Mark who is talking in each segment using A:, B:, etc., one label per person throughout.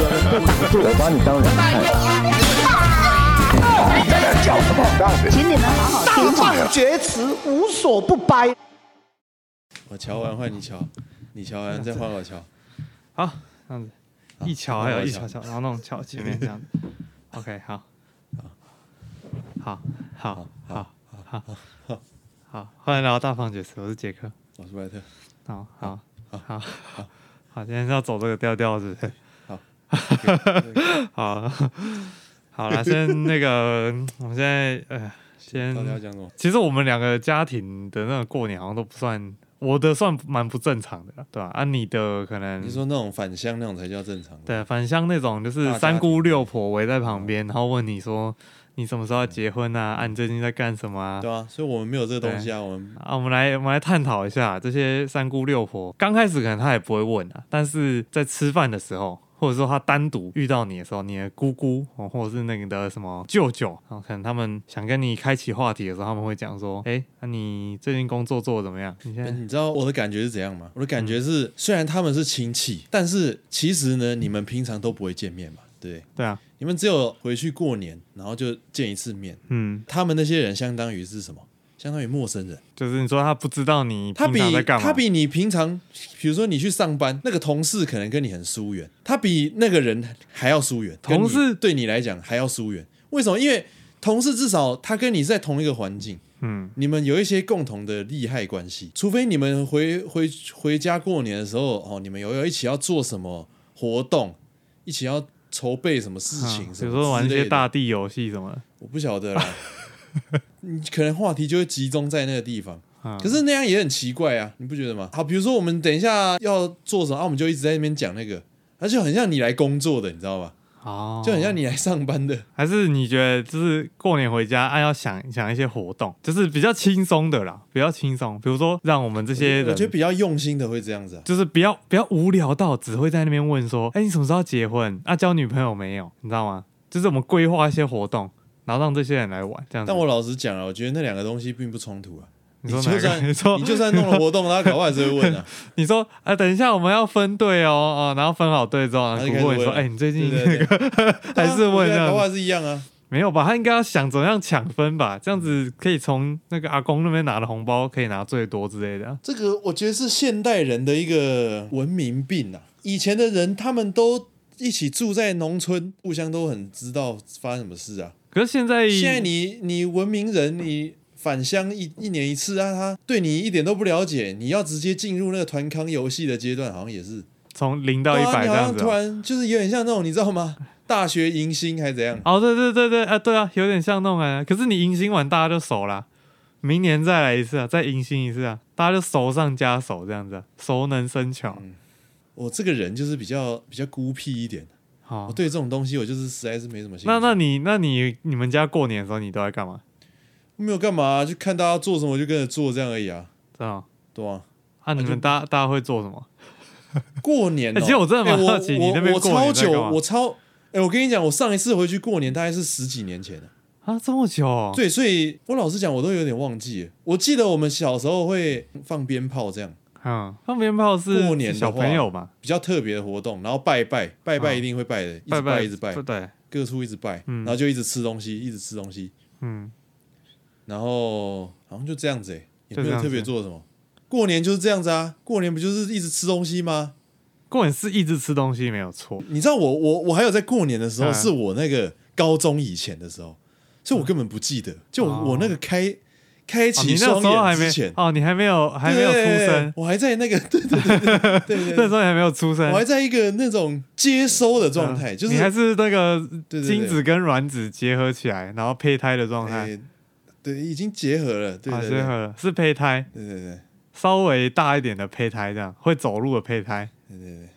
A: 我把你当人看。
B: 请你们好好听话。
C: 厥词无所不掰。
D: 我瞧完换你瞧，你瞧完再换我瞧。
E: 好，这样子，一桥
D: 好
E: 还有
D: 我
E: 一
D: 想
E: 桥桥，然后那种桥前面这样子。OK，好，好，好，好，好，好，好，欢迎来到大放厥词，我是杰克。
D: 我是白特，
E: 好，好，好，好，好，今天是要走这个调调是不是？
D: 好，
E: 哎 好，好了，先那个， 我们现在呃，先
D: 到底要讲什么？
E: 其实我们两个家庭的那个过年好像都不算，我的算蛮不正常的啦，对吧、啊？你的可能
D: 你说那种返乡那种才叫正常。，
E: 对返乡那种，就
D: 大
E: 是
D: 家
E: 三姑
D: 庭
E: 六婆围在旁边，然后问你说你什么时候要结婚啊？啊，你最近在干什么啊？
D: 对啊，所以我们没有这个东西啊，我们
E: 啊，我们来我们来探讨一下这些三姑六婆。刚开始可能她也不会问啊，但是在吃饭的时候，或者说她单独遇到你的时候，你的姑姑哦，或者是那个的什么舅舅，然后可能他们想跟你开启话题的时候，他们会讲说：“哎、那、你最近工作做的怎么样？你现在
D: 你知道我的感觉是怎样吗？我的感
E: 嗯
D: 觉是，虽然他们是亲戚，但是其实呢，你们平常都不会见面嘛，对不对？
E: 对啊，
D: 你们只有回去过年，然后就见一次面。
E: 嗯，
D: 他们那些人相当于是什么？相当于陌生人。
E: 就是你说他不知道你
D: 他
E: 平
D: 比
E: 常在干嘛，
D: 他比你平常，比如说你去上班，那个同事可能跟你很疏远，他比那个人还要疏远。
E: 同事
D: 跟你对你来讲还要疏远，为什么？因为同事至少他跟你是在同一个环境，
E: 嗯
D: 你们有一些共同的利害关系，除非你们回回回家过年的时候，哦，你们有有一起要做什么活动，一起要筹备什么事
E: 啊
D: 情，
E: 比如说玩一
D: 一
E: 些大，地游戏什么的。
D: 我不晓得啦。你可能话题就会集中在那个地方，
E: 啊
D: 可是那样也很奇怪啊，你不觉得吗？好，比如说我们等一下要做什么，啊，我们就一直在那边讲那个，而且很像你来工作的，你知道吧？
E: 哦，
D: 就很像你来上班的，
E: 还是你觉得就是过年回家，啊、要想想一些活动，就是比较轻松的啦，比较轻松，比如说让我们这些
D: 我觉得
E: 人。
D: 比较用心的会这样子啊。
E: 就是不要不要无聊到只会在那边问说，哎、你什么时候要结婚？啊，交女朋友没有？你知道吗？就是我们规划一些活动，然后让这些人来玩，这样子。
D: 但我老实讲啊，我觉得那两个东西并不冲突啊。
E: 你说
D: 你
E: 哪
D: 就
E: 个？
D: 算
E: 你说
D: 你就算弄了活动，他搞不好还是会问啊。
E: 你说啊，等一下我们要分队哦哦，然后分好队之后，然
D: 他
E: 后
D: 就开始
E: 姑问你说，
D: 了
E: 哎、你最近
D: 对对对
E: 还是
D: 对啊我觉
E: 问这
D: 得
E: 样
D: 搞不
E: 子
D: 好还是一样啊。
E: 没有吧？他应该要想怎么样抢分吧，这样子可以从那个阿公那边拿的红包可以拿最多之类的啊。
D: 这个我觉得是现代人的一个文明病啊。以前的人他们都一起住在农村，互相都很知道发生什么事啊。
E: 可是现在，
D: 现在你你文明人你。返乡一一年一次啊，他对你一点都不了解，你要直接进入那个团康游戏的阶段，好像也是
E: 从零到一
D: 对啊
E: 百
D: 你
E: 这
D: 好
E: 样
D: 像
E: 子
D: 突
E: 哦、
D: 然就是有点像那种，你知道吗？大学迎新还怎样？
E: 哦，对对对对，啊，对啊，有点像那种啊。可是你迎新完，大家就熟啦，明年再来一次啊，再迎新一次啊，大家就熟上加熟这样子、啊，熟能生巧。
D: 嗯我这个人就是比较比较孤僻一点，
E: 好、
D: 我对这种东西我就是实在是没什么兴趣。
E: 哦那那你那你你们家过年的时候，你都在干嘛？
D: 没有干嘛、就看大家做什么我就跟着做这样而已啊，
E: 知道吗？
D: 对吧、
E: 啊，你们大大家会做什么？
D: 过年、哦
E: 欸其实我真的蛮
D: 欸我
E: 好奇你那边
D: 我我
E: 过年
D: 超
E: 在干
D: 久，
E: 嘛
D: 我超哎、我跟你讲，我上一次回去过年大概是十几年前了。
E: 啊，这么久、哦？
D: 对，所以我老实讲，我都有点忘记了。我记得我们小时候会放鞭炮这样。
E: 嗯，放鞭炮是
D: 过年的
E: 小朋
D: 话
E: 友嘛，
D: 比较特别的活动，然后拜拜，拜拜一定会拜的，一直
E: 哦拜
D: 一直拜
E: 对，对，
D: 各处一直拜，
E: 嗯
D: 然后就一直吃东西，一直吃东西，
E: 嗯，
D: 然后好像就这样子、欸，也
E: 就
D: 没有
E: 这样
D: 特别
E: 子
D: 做什么。过年就是这样子啊，过年不就是一直吃东西吗？
E: 过年是一直吃东西没有错，哦
D: 你知道我我我还有在过年的时候，
E: 嗯
D: 是我那个高中以前的时候，所以我根本不记得。就我,、
E: 哦
D: 那个开开
E: 哦、
D: 启
E: 你那
D: 双
E: 时候还
D: 眼
E: 没
D: 之前，
E: 哦，你还没有还没有出
D: 对
E: 生，
D: 我还在那个 对对对对对
E: 那
D: 对
E: 时候你还没有出生，
D: 我还在一个那种接收的状态，
E: 嗯
D: 就是
E: 你还是那个
D: 对对对
E: 精子跟卵子结合起来，然后胚胎的状态，
D: 哎对，已经结合了，对
E: 啊，
D: 对
E: 结合
D: 对
E: 了是胚胎，
D: 对对对
E: 稍微大一点的胚胎，这样会走路的胚胎。
D: 对对对，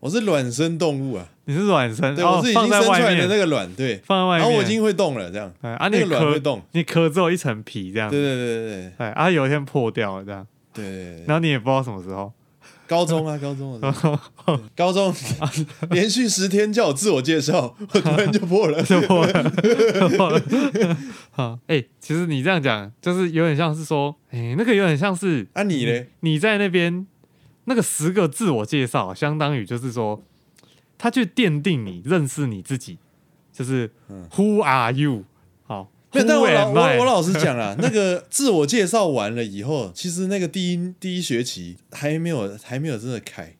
D: 我是卵生动物啊，
E: 你是卵生，
D: 对，
E: 哦
D: 我是已经
E: 放
D: 生
E: 在
D: 出
E: 外
D: 来的
E: 面
D: 那个卵，对，
E: 放在外面，
D: 然后我已经会动了，这样，
E: 对啊，
D: 那
E: 你
D: 个
E: 的
D: 卵会
E: 壳
D: 动，
E: 你壳只有一层皮这样，
D: 对
E: 对
D: 对对对对
E: 啊，有一天破掉了这样，
D: 对对对
E: 然
D: 对，
E: 后你也不知道什么时候，
D: 高中啊，高中的时候。高中 连续十天叫我自我介绍，我突然就破 了。
E: 就破了，就破了。好，哎、其实你这样讲，就是有点像是说，哎、那个有点像是
D: 啊，你嘞？
E: 你在那边那个十个自我介绍，相当于就是说，他去奠定你认识你自己，就是 Who are you？好
D: 嗯没有，但我
E: ，Who
D: 老
E: am
D: 我
E: I？
D: 我老实讲啦， 那个自我介绍完了以后，其实那个第一第一学期还没有还没有真的开，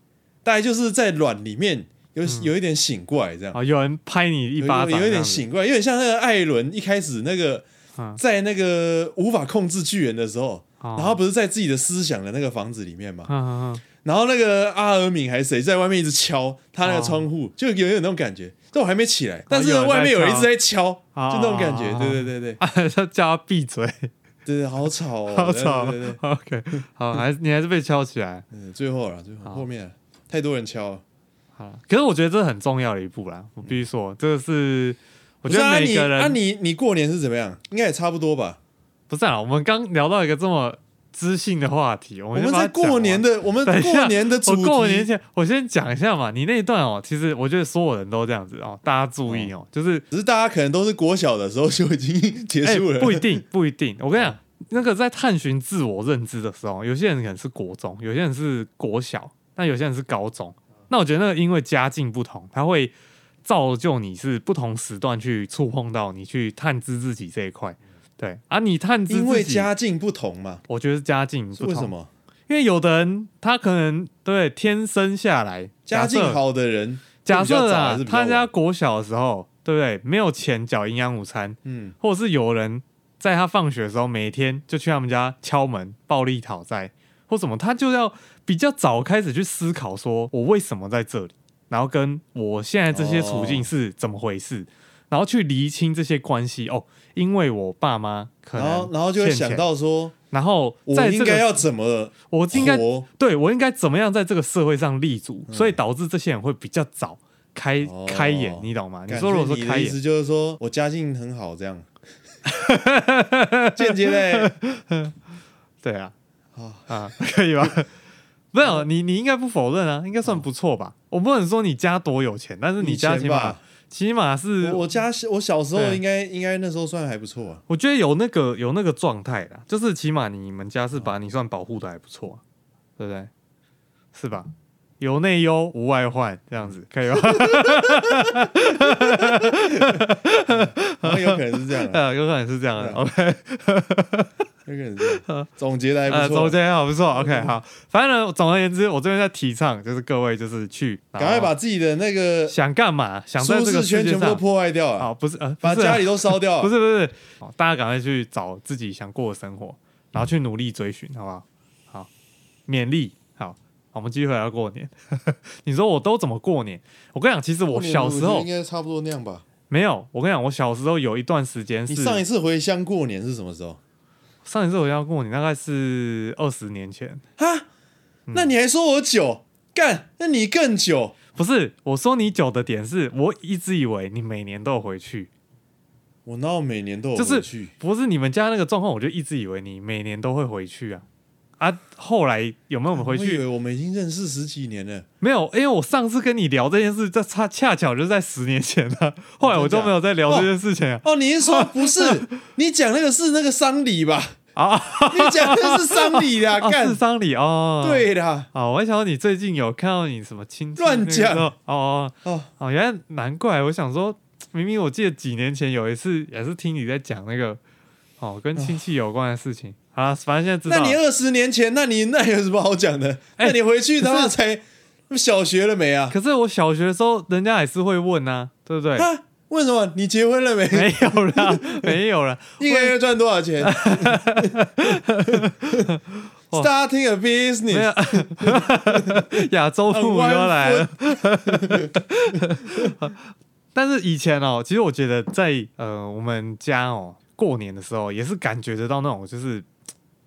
D: 大概就是在卵里面有、有一点醒过来这样，
E: 啊，有人拍嗯你一
D: 有
E: 巴掌，
D: 有有一点，醒过来，有点像那个艾伦一开始那个
E: 嗯
D: 在那个无法控制巨人的时候，
E: 哦
D: 然后不是在自己的思想的那个房子里面嘛，
E: 嗯嗯
D: 然后那个阿尔敏还是谁在外面一直敲他那个窗户，就有点那种感觉。但我还没起来，但是
E: 哦有人在
D: 外面有人一直在敲，
E: 敲
D: 就那种感觉。
E: 哦
D: 对对对对
E: 嗯，啊，要叫他闭嘴，
D: 对对，好吵哦，
E: 好吵
D: 对对对，
E: ，OK，好，还是你还是被敲起来，
D: 嗯，最后了，最后
E: 好
D: 后面了太多人敲了。
E: 好了，可是我觉得这很重要的一步啦，我必须说，这个是
D: 我
E: 我觉得每个
D: 啊
E: 人
D: 你啊你你过年是怎么样？应该也差不多吧。
E: 不是啊，我们刚聊到一个这么知性的话题，我
D: 我
E: 们
D: 们
E: 就把
D: 在
E: 它讲
D: 过年
E: 完
D: 的我们
E: 等一下
D: 过年的主
E: 我过年
D: 题
E: 前，我先讲一下嘛。你那一段哦，其实我觉得所有人都这样子哦，大家注意哦，就是
D: 只是大家可能都是国小的时候就已经结
E: 哎、
D: 束了，
E: 不一 定，不一定。我跟你讲，那个在探寻自我认知的时候，有些人可能是国中，有些人是国小，那有些人是高中。那我觉得那个因为家境不同，它会造就你是不同时段去触碰到你去探知自己这一块。对啊，你探知
D: 因为
E: 自己，
D: 家境不同嘛。
E: 我觉得是家境不同。
D: 为什？么？
E: 因为有的人他可能对天生下来
D: 家境
E: 假设
D: 好的人，
E: 假设
D: 啊
E: 啊，，他家国小的时候，对不对？没有钱缴营养午餐，
D: 嗯，
E: 或者是有人在他放学的时候，每天就去他们家敲门，暴力讨债，或什么，他就要比较早开始去思考，说我为什么在这里，然后跟我现在这些处境是怎么回事，然后去厘清这些关系。哦，因为我爸妈可能
D: 然后然后就会
E: 欠钱
D: 想，到说，
E: 然后
D: 我
E: 在这
D: 应
E: 个
D: 该要怎么
E: 我应该
D: 活嗯
E: 对我应该怎么样在这个社会上立足，所以导致这些人会比较早开、
D: 哦
E: 开眼，你懂啊吗？你
D: 感
E: 说
D: 觉
E: 如果说
D: 你
E: 开
D: 的意
E: 眼，
D: 思就是说我家境很好这样， 间接嘞，
E: 对啊，
D: 哦
E: 啊， 可 以吧？没有，你你应该不否认啊，应该算不错吧？我不能说你家多有钱，但是你家
D: 哦以
E: 起
D: 前
E: 码
D: 吧，
E: 起码是
D: 我我家我小时候
E: 对
D: 应该应该那时候算还不错啊，
E: 我觉得有那个有那个状态啦，就是起码你们家是
D: 哦
E: 把你算保护的还不错啊、对不对？是吧？有内忧无外患，这样子可以吧？
D: 好像有可能是 这样啊，
E: 呃，有可能是这样的。
D: 对啊
E: OK。
D: 有可能是这样，总结的还
E: 呃，
D: 不
E: 总
D: 错，嗯
E: 结好不错，OK，好，反正呢，总而言之，我这边在提倡就是各位就是去
D: 啊赶快
E: 然
D: 把
E: 后
D: 自己的那个
E: 想干嘛想在
D: 舒
E: 这个
D: 适
E: 世
D: 圈
E: 界
D: 全部都
E: 上
D: 破坏掉
E: 啊，
D: 啊，
E: 不是呃，
D: 把
E: 不是啊
D: 家里都烧掉啊，
E: 不是不是，哦大家赶快去找自己想过的生活，然后去努力追寻，好不好？好，勉励，好，好我们继续回到过年。 你说我都怎么过年？我跟你讲，其实我小时
D: 过年
E: 候
D: 应该差不多那样吧。
E: 没有，我跟你讲，我小时候有一段时间
D: 你
E: 是
D: 上一次回乡过年是什么时候？
E: 上一次我要过年大概是二十年前，
D: 那你还说我久干？那你更久。
E: 不是，我说你久的点是我一直以为你每年都有回去，
D: 我哪有每年都有
E: 就
D: 回
E: 是
D: 去？
E: 不是你们家那个状况，我就一直以为你每年都会回去啊。啊，后来有没有我们回
D: 我以为
E: 去？
D: 我们已经认识十几年了。
E: 没有，因为我上次跟你聊这件事，这恰恰巧就是在十年前了、
D: 哦
E: 后来我
D: 真
E: 就
D: 假
E: 没有再聊这件事情啊。
D: 哦，你是说不是？ 你讲那个是那个丧礼吧？
E: 啊，
D: 你讲那是丧礼啦，
E: 啊
D: 干
E: 是丧礼哦。
D: 对啦。
E: 啊，我还想说你最近有看到你什么亲戚
D: 乱
E: 那个
D: 讲
E: 时候哦
D: 哦，
E: 哦，原来难怪，我想说，明明我记得几年前有一次也是听你在讲那个哦跟亲戚有关的事情啊，反正现在知道
D: 那
E: 了。
D: 你二十年前，那你 那有什么好讲的？
E: 哎
D: 那你回去
E: 可
D: 他
E: 是
D: 妈才小学了没啊？
E: 可是我小学的时候，人家也是会问啊，对不对？哎
D: 啊？为什么你结婚了没？
E: 没有啦，没有啦。
D: 一个月赚多少 钱？Starting a
E: 没
D: business，
E: 有， 亚洲父母又来了。 但是以前哦，其实我觉得在呃我们家哦过年的时候，也是感觉得到那种就是嘖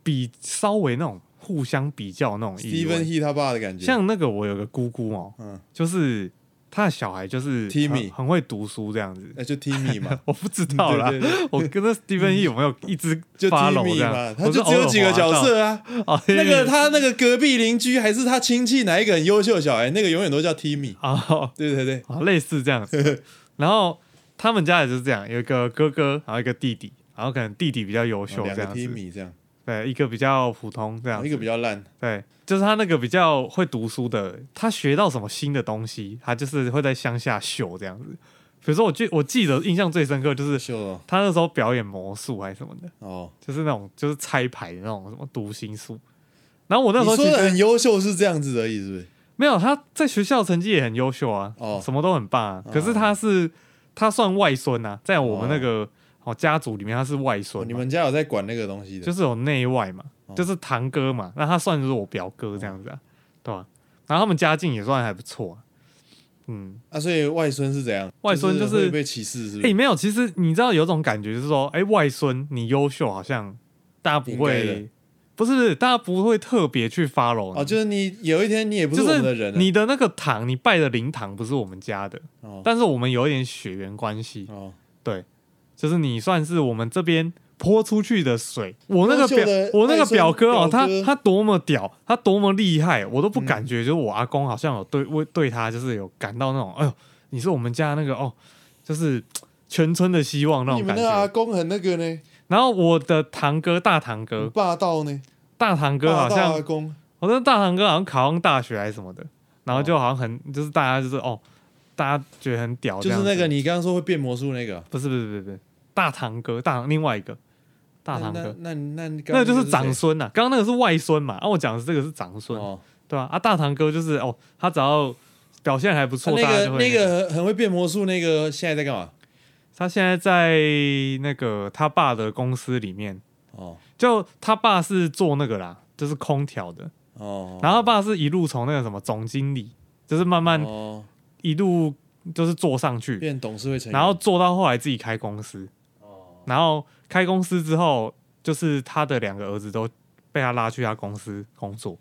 E: 比稍微那种互相比较那种意
D: Steven
E: 味。啊
D: He 他爸的感觉，
E: 像那个我有个姑姑哦，
D: 嗯，
E: 就是她的小孩就是很
D: Timmy
E: 很会读书这 样子。，
D: 哎那就 Timmy 嘛
E: 我不知道啦，
D: 对对嗯
E: 我跟那 Steven 有没有一直
D: 就
E: follow
D: Timmy
E: 这样
D: 嘛，？他
E: 我是
D: 就只有几个角色啊。
E: 偶尔滑到哦，
D: 那个他那个隔壁邻居还是他亲戚哪一个很优秀的小孩，那个永远都叫 Timmy。
E: 哦，
D: 对对对，
E: 啊，类似这 样子。然后他们家也是这样，有一个哥哥，然后一个弟弟，然后可能弟弟比较优秀
D: 哦两
E: 这
D: 个
E: 样子。
D: Timmy 这样，
E: 对，一个比较普通这样
D: 一
E: 子，
D: 个比较烂，
E: 对，就是他那个比较会读书的，他学到什么新的东西，他就是会在乡下秀这样子。比如说我记我记得印象最深刻就是
D: 秀了
E: 他那时候表演魔术还是什么的，
D: 哦。
E: 就是那种就是拆牌的那种什么读心术。然后我那
D: 你
E: 时候
D: 说
E: 其
D: 的很
E: 实
D: 优秀是这样子而已，是不是？
E: 没有，他在学校成绩也很优秀啊，
D: 哦
E: 什么都很棒啊。可是他是他算外孙啊，在我们那个哦家族里面他是外孙
D: 哦
E: 嘛，
D: 你们家有在管那个东西的哦
E: 就？是有内外嘛，就是堂哥嘛，那他算是我表哥这样子啊，对吧、然后他们家境也算还不错、啊，嗯，
D: 啊，所以外孙是怎样？
E: 外孙就是
D: 会被歧视，是不
E: 诶，
D: 是？
E: 没有，其实你知道有种感觉，就是说，哎、外孙你优秀，好像大家不
D: 应该的
E: 会，不是大家不会特别去 follow 你
D: 哦，就是你有一天你也不是
E: 就
D: 我
E: 是
D: 们的人了，啊
E: 你的那个堂，你拜的灵堂不是我们家的，
D: 哦
E: 但是我们有一点血缘关系，
D: 哦，
E: 对，就是你算是我们这边泼出去的水。我那个
D: 优秀
E: 表
D: 的，
E: 我那个
D: 外孙
E: 表哥
D: 表
E: 哦，他
D: 哥嗯
E: 他多么屌，他多么厉害，我都不感觉，就是我阿公好像有对为对他就是有感到那种，哎呦，你是我们家那个哦，就是嘖全村的希望那
D: 你
E: 种
D: 们
E: 感
D: 那阿
E: 觉。
D: 公很那个呢，
E: 然后我的堂哥大堂
D: 很
E: 哥
D: 霸道呢，
E: 大堂哥
D: 霸
E: 好
D: 道
E: 像
D: 阿公
E: 我那大堂哥好像考上大学还是什么的，然
D: 哦
E: 后就好像很就是大家就是哦，大家觉得很屌哦这
D: 就
E: 样
D: 是
E: 子，
D: 那个你刚刚说会变魔术那个啊，
E: 不是不是不是不是大堂哥大另外一个大堂
D: 那
E: 哥，
D: 那那那
E: 那个就是
D: 长
E: 长孙呐、啊刚刚那个是外孙嘛，啊，我讲的这个是长孙，
D: 哦，
E: 对吧、啊？大堂哥就是哦，他只要表现还不错，
D: 啊哦那
E: 大家
D: 个
E: 就会
D: 那个很会变魔术那个现在在干嘛？
E: 他现在在那个他爸的公司里面，
D: 哦
E: 就他爸是做那个啦，就是空调的，
D: 哦，
E: 然后他爸是一路从那个什么总经理，就是慢慢
D: 哦
E: 一路就是做上去，
D: 变董事会成员，
E: 然后做到后来自己开公司，然后开公司之后，就是他的两个儿子都被他拉去他公司工作，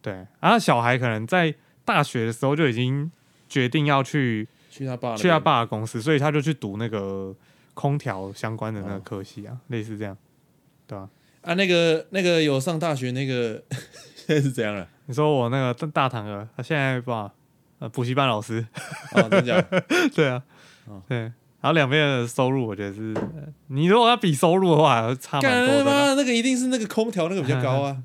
E: 对，然后小孩可能在大学的时候就已经决定要去
D: 去他爸那边
E: 去他爸的公司，所以他就去读那个空调相关的那个科系啊，类似这样，对吧、
D: 啊，那个那个有上大学那个 现在是怎样啊了？
E: 你说我那个大大堂儿，他现在吧，呃，补习班老师，
D: 哦，真假？
E: 对啊，对。然后两边的收入，我觉得是，呃你如果要比收入的话，差蛮
D: 干
E: 多
D: 他
E: 的啦。
D: 妈那个一定是那个空调那个比较高 啊！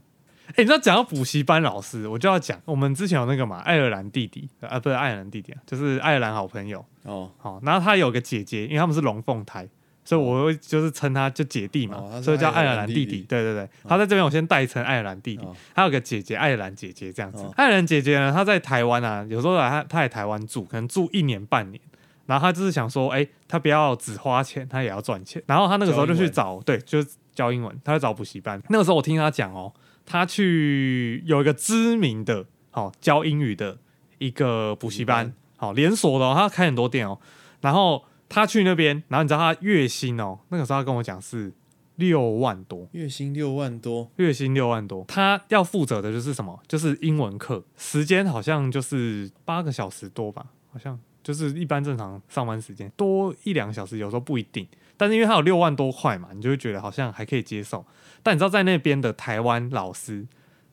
E: 哎、你知道讲到补习班老师，我就要讲我们之前有那个嘛，爱尔兰弟弟啊，不是爱尔兰弟弟啊，就是爱尔兰好朋友。
D: 哦
E: 好、然后他有个姐姐，因为他们是龙凤胎，所以我会就是称他就姐弟嘛，
D: 哦他是
E: 所以叫
D: 爱
E: 爱
D: 尔
E: 尔
D: 兰
E: 兰
D: 弟
E: 弟
D: 弟
E: 弟。对对对，他在这边我先代称爱尔兰弟弟。
D: 哦
E: 他有个姐姐，爱尔兰姐姐这样子。
D: 哦
E: 爱尔兰姐姐呢，她在台湾啊，有时候来她她来台湾住，可能住一年半年。然后她就是想说，哎、她不要只花钱，她也要赚钱。然后她那个时候就去找，对，就是教英文，她去找补习班。那个时候我听她讲哦，她去有一个知名的哦教英语的一个补习
D: 补习
E: 班，好、连锁的、哦，她开很多店哦。然后她去那边，然后你知道她月薪哦，那个时候她跟我讲是六万多，
D: 月薪六万多，
E: 月薪六万多，他要负责的就是什么？就是英文课，时间好像就是八个小时多吧，好像就是一般正常上班时间多一两个小时，有时候不一定。但是因为他有六万多块嘛，你就会觉得好像还可以接受。但你知道在那边的台湾老师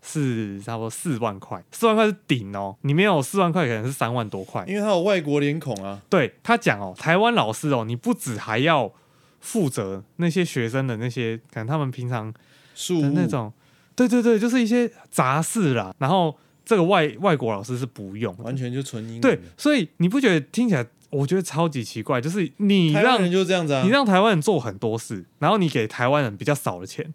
E: 是差不多四万块，四万块是顶哦，你没有四万块可能是三万多块。
D: 因为他有外国脸孔啊。
E: 对他讲哦，台湾老师哦，你不止还要负责那些学生的那些，可能他们平常
D: 树
E: 的
D: 屋
E: 那种，对对对，就是一些杂事啦。然后这个外外国老师是不用的，
D: 完全就纯英文
E: 对，所以你不觉得听起来我觉得超级奇怪？就是你
D: 台
E: 让
D: 湾人就这样子啊，
E: 你让台湾人做很多事，然后你给台湾人比较少的钱，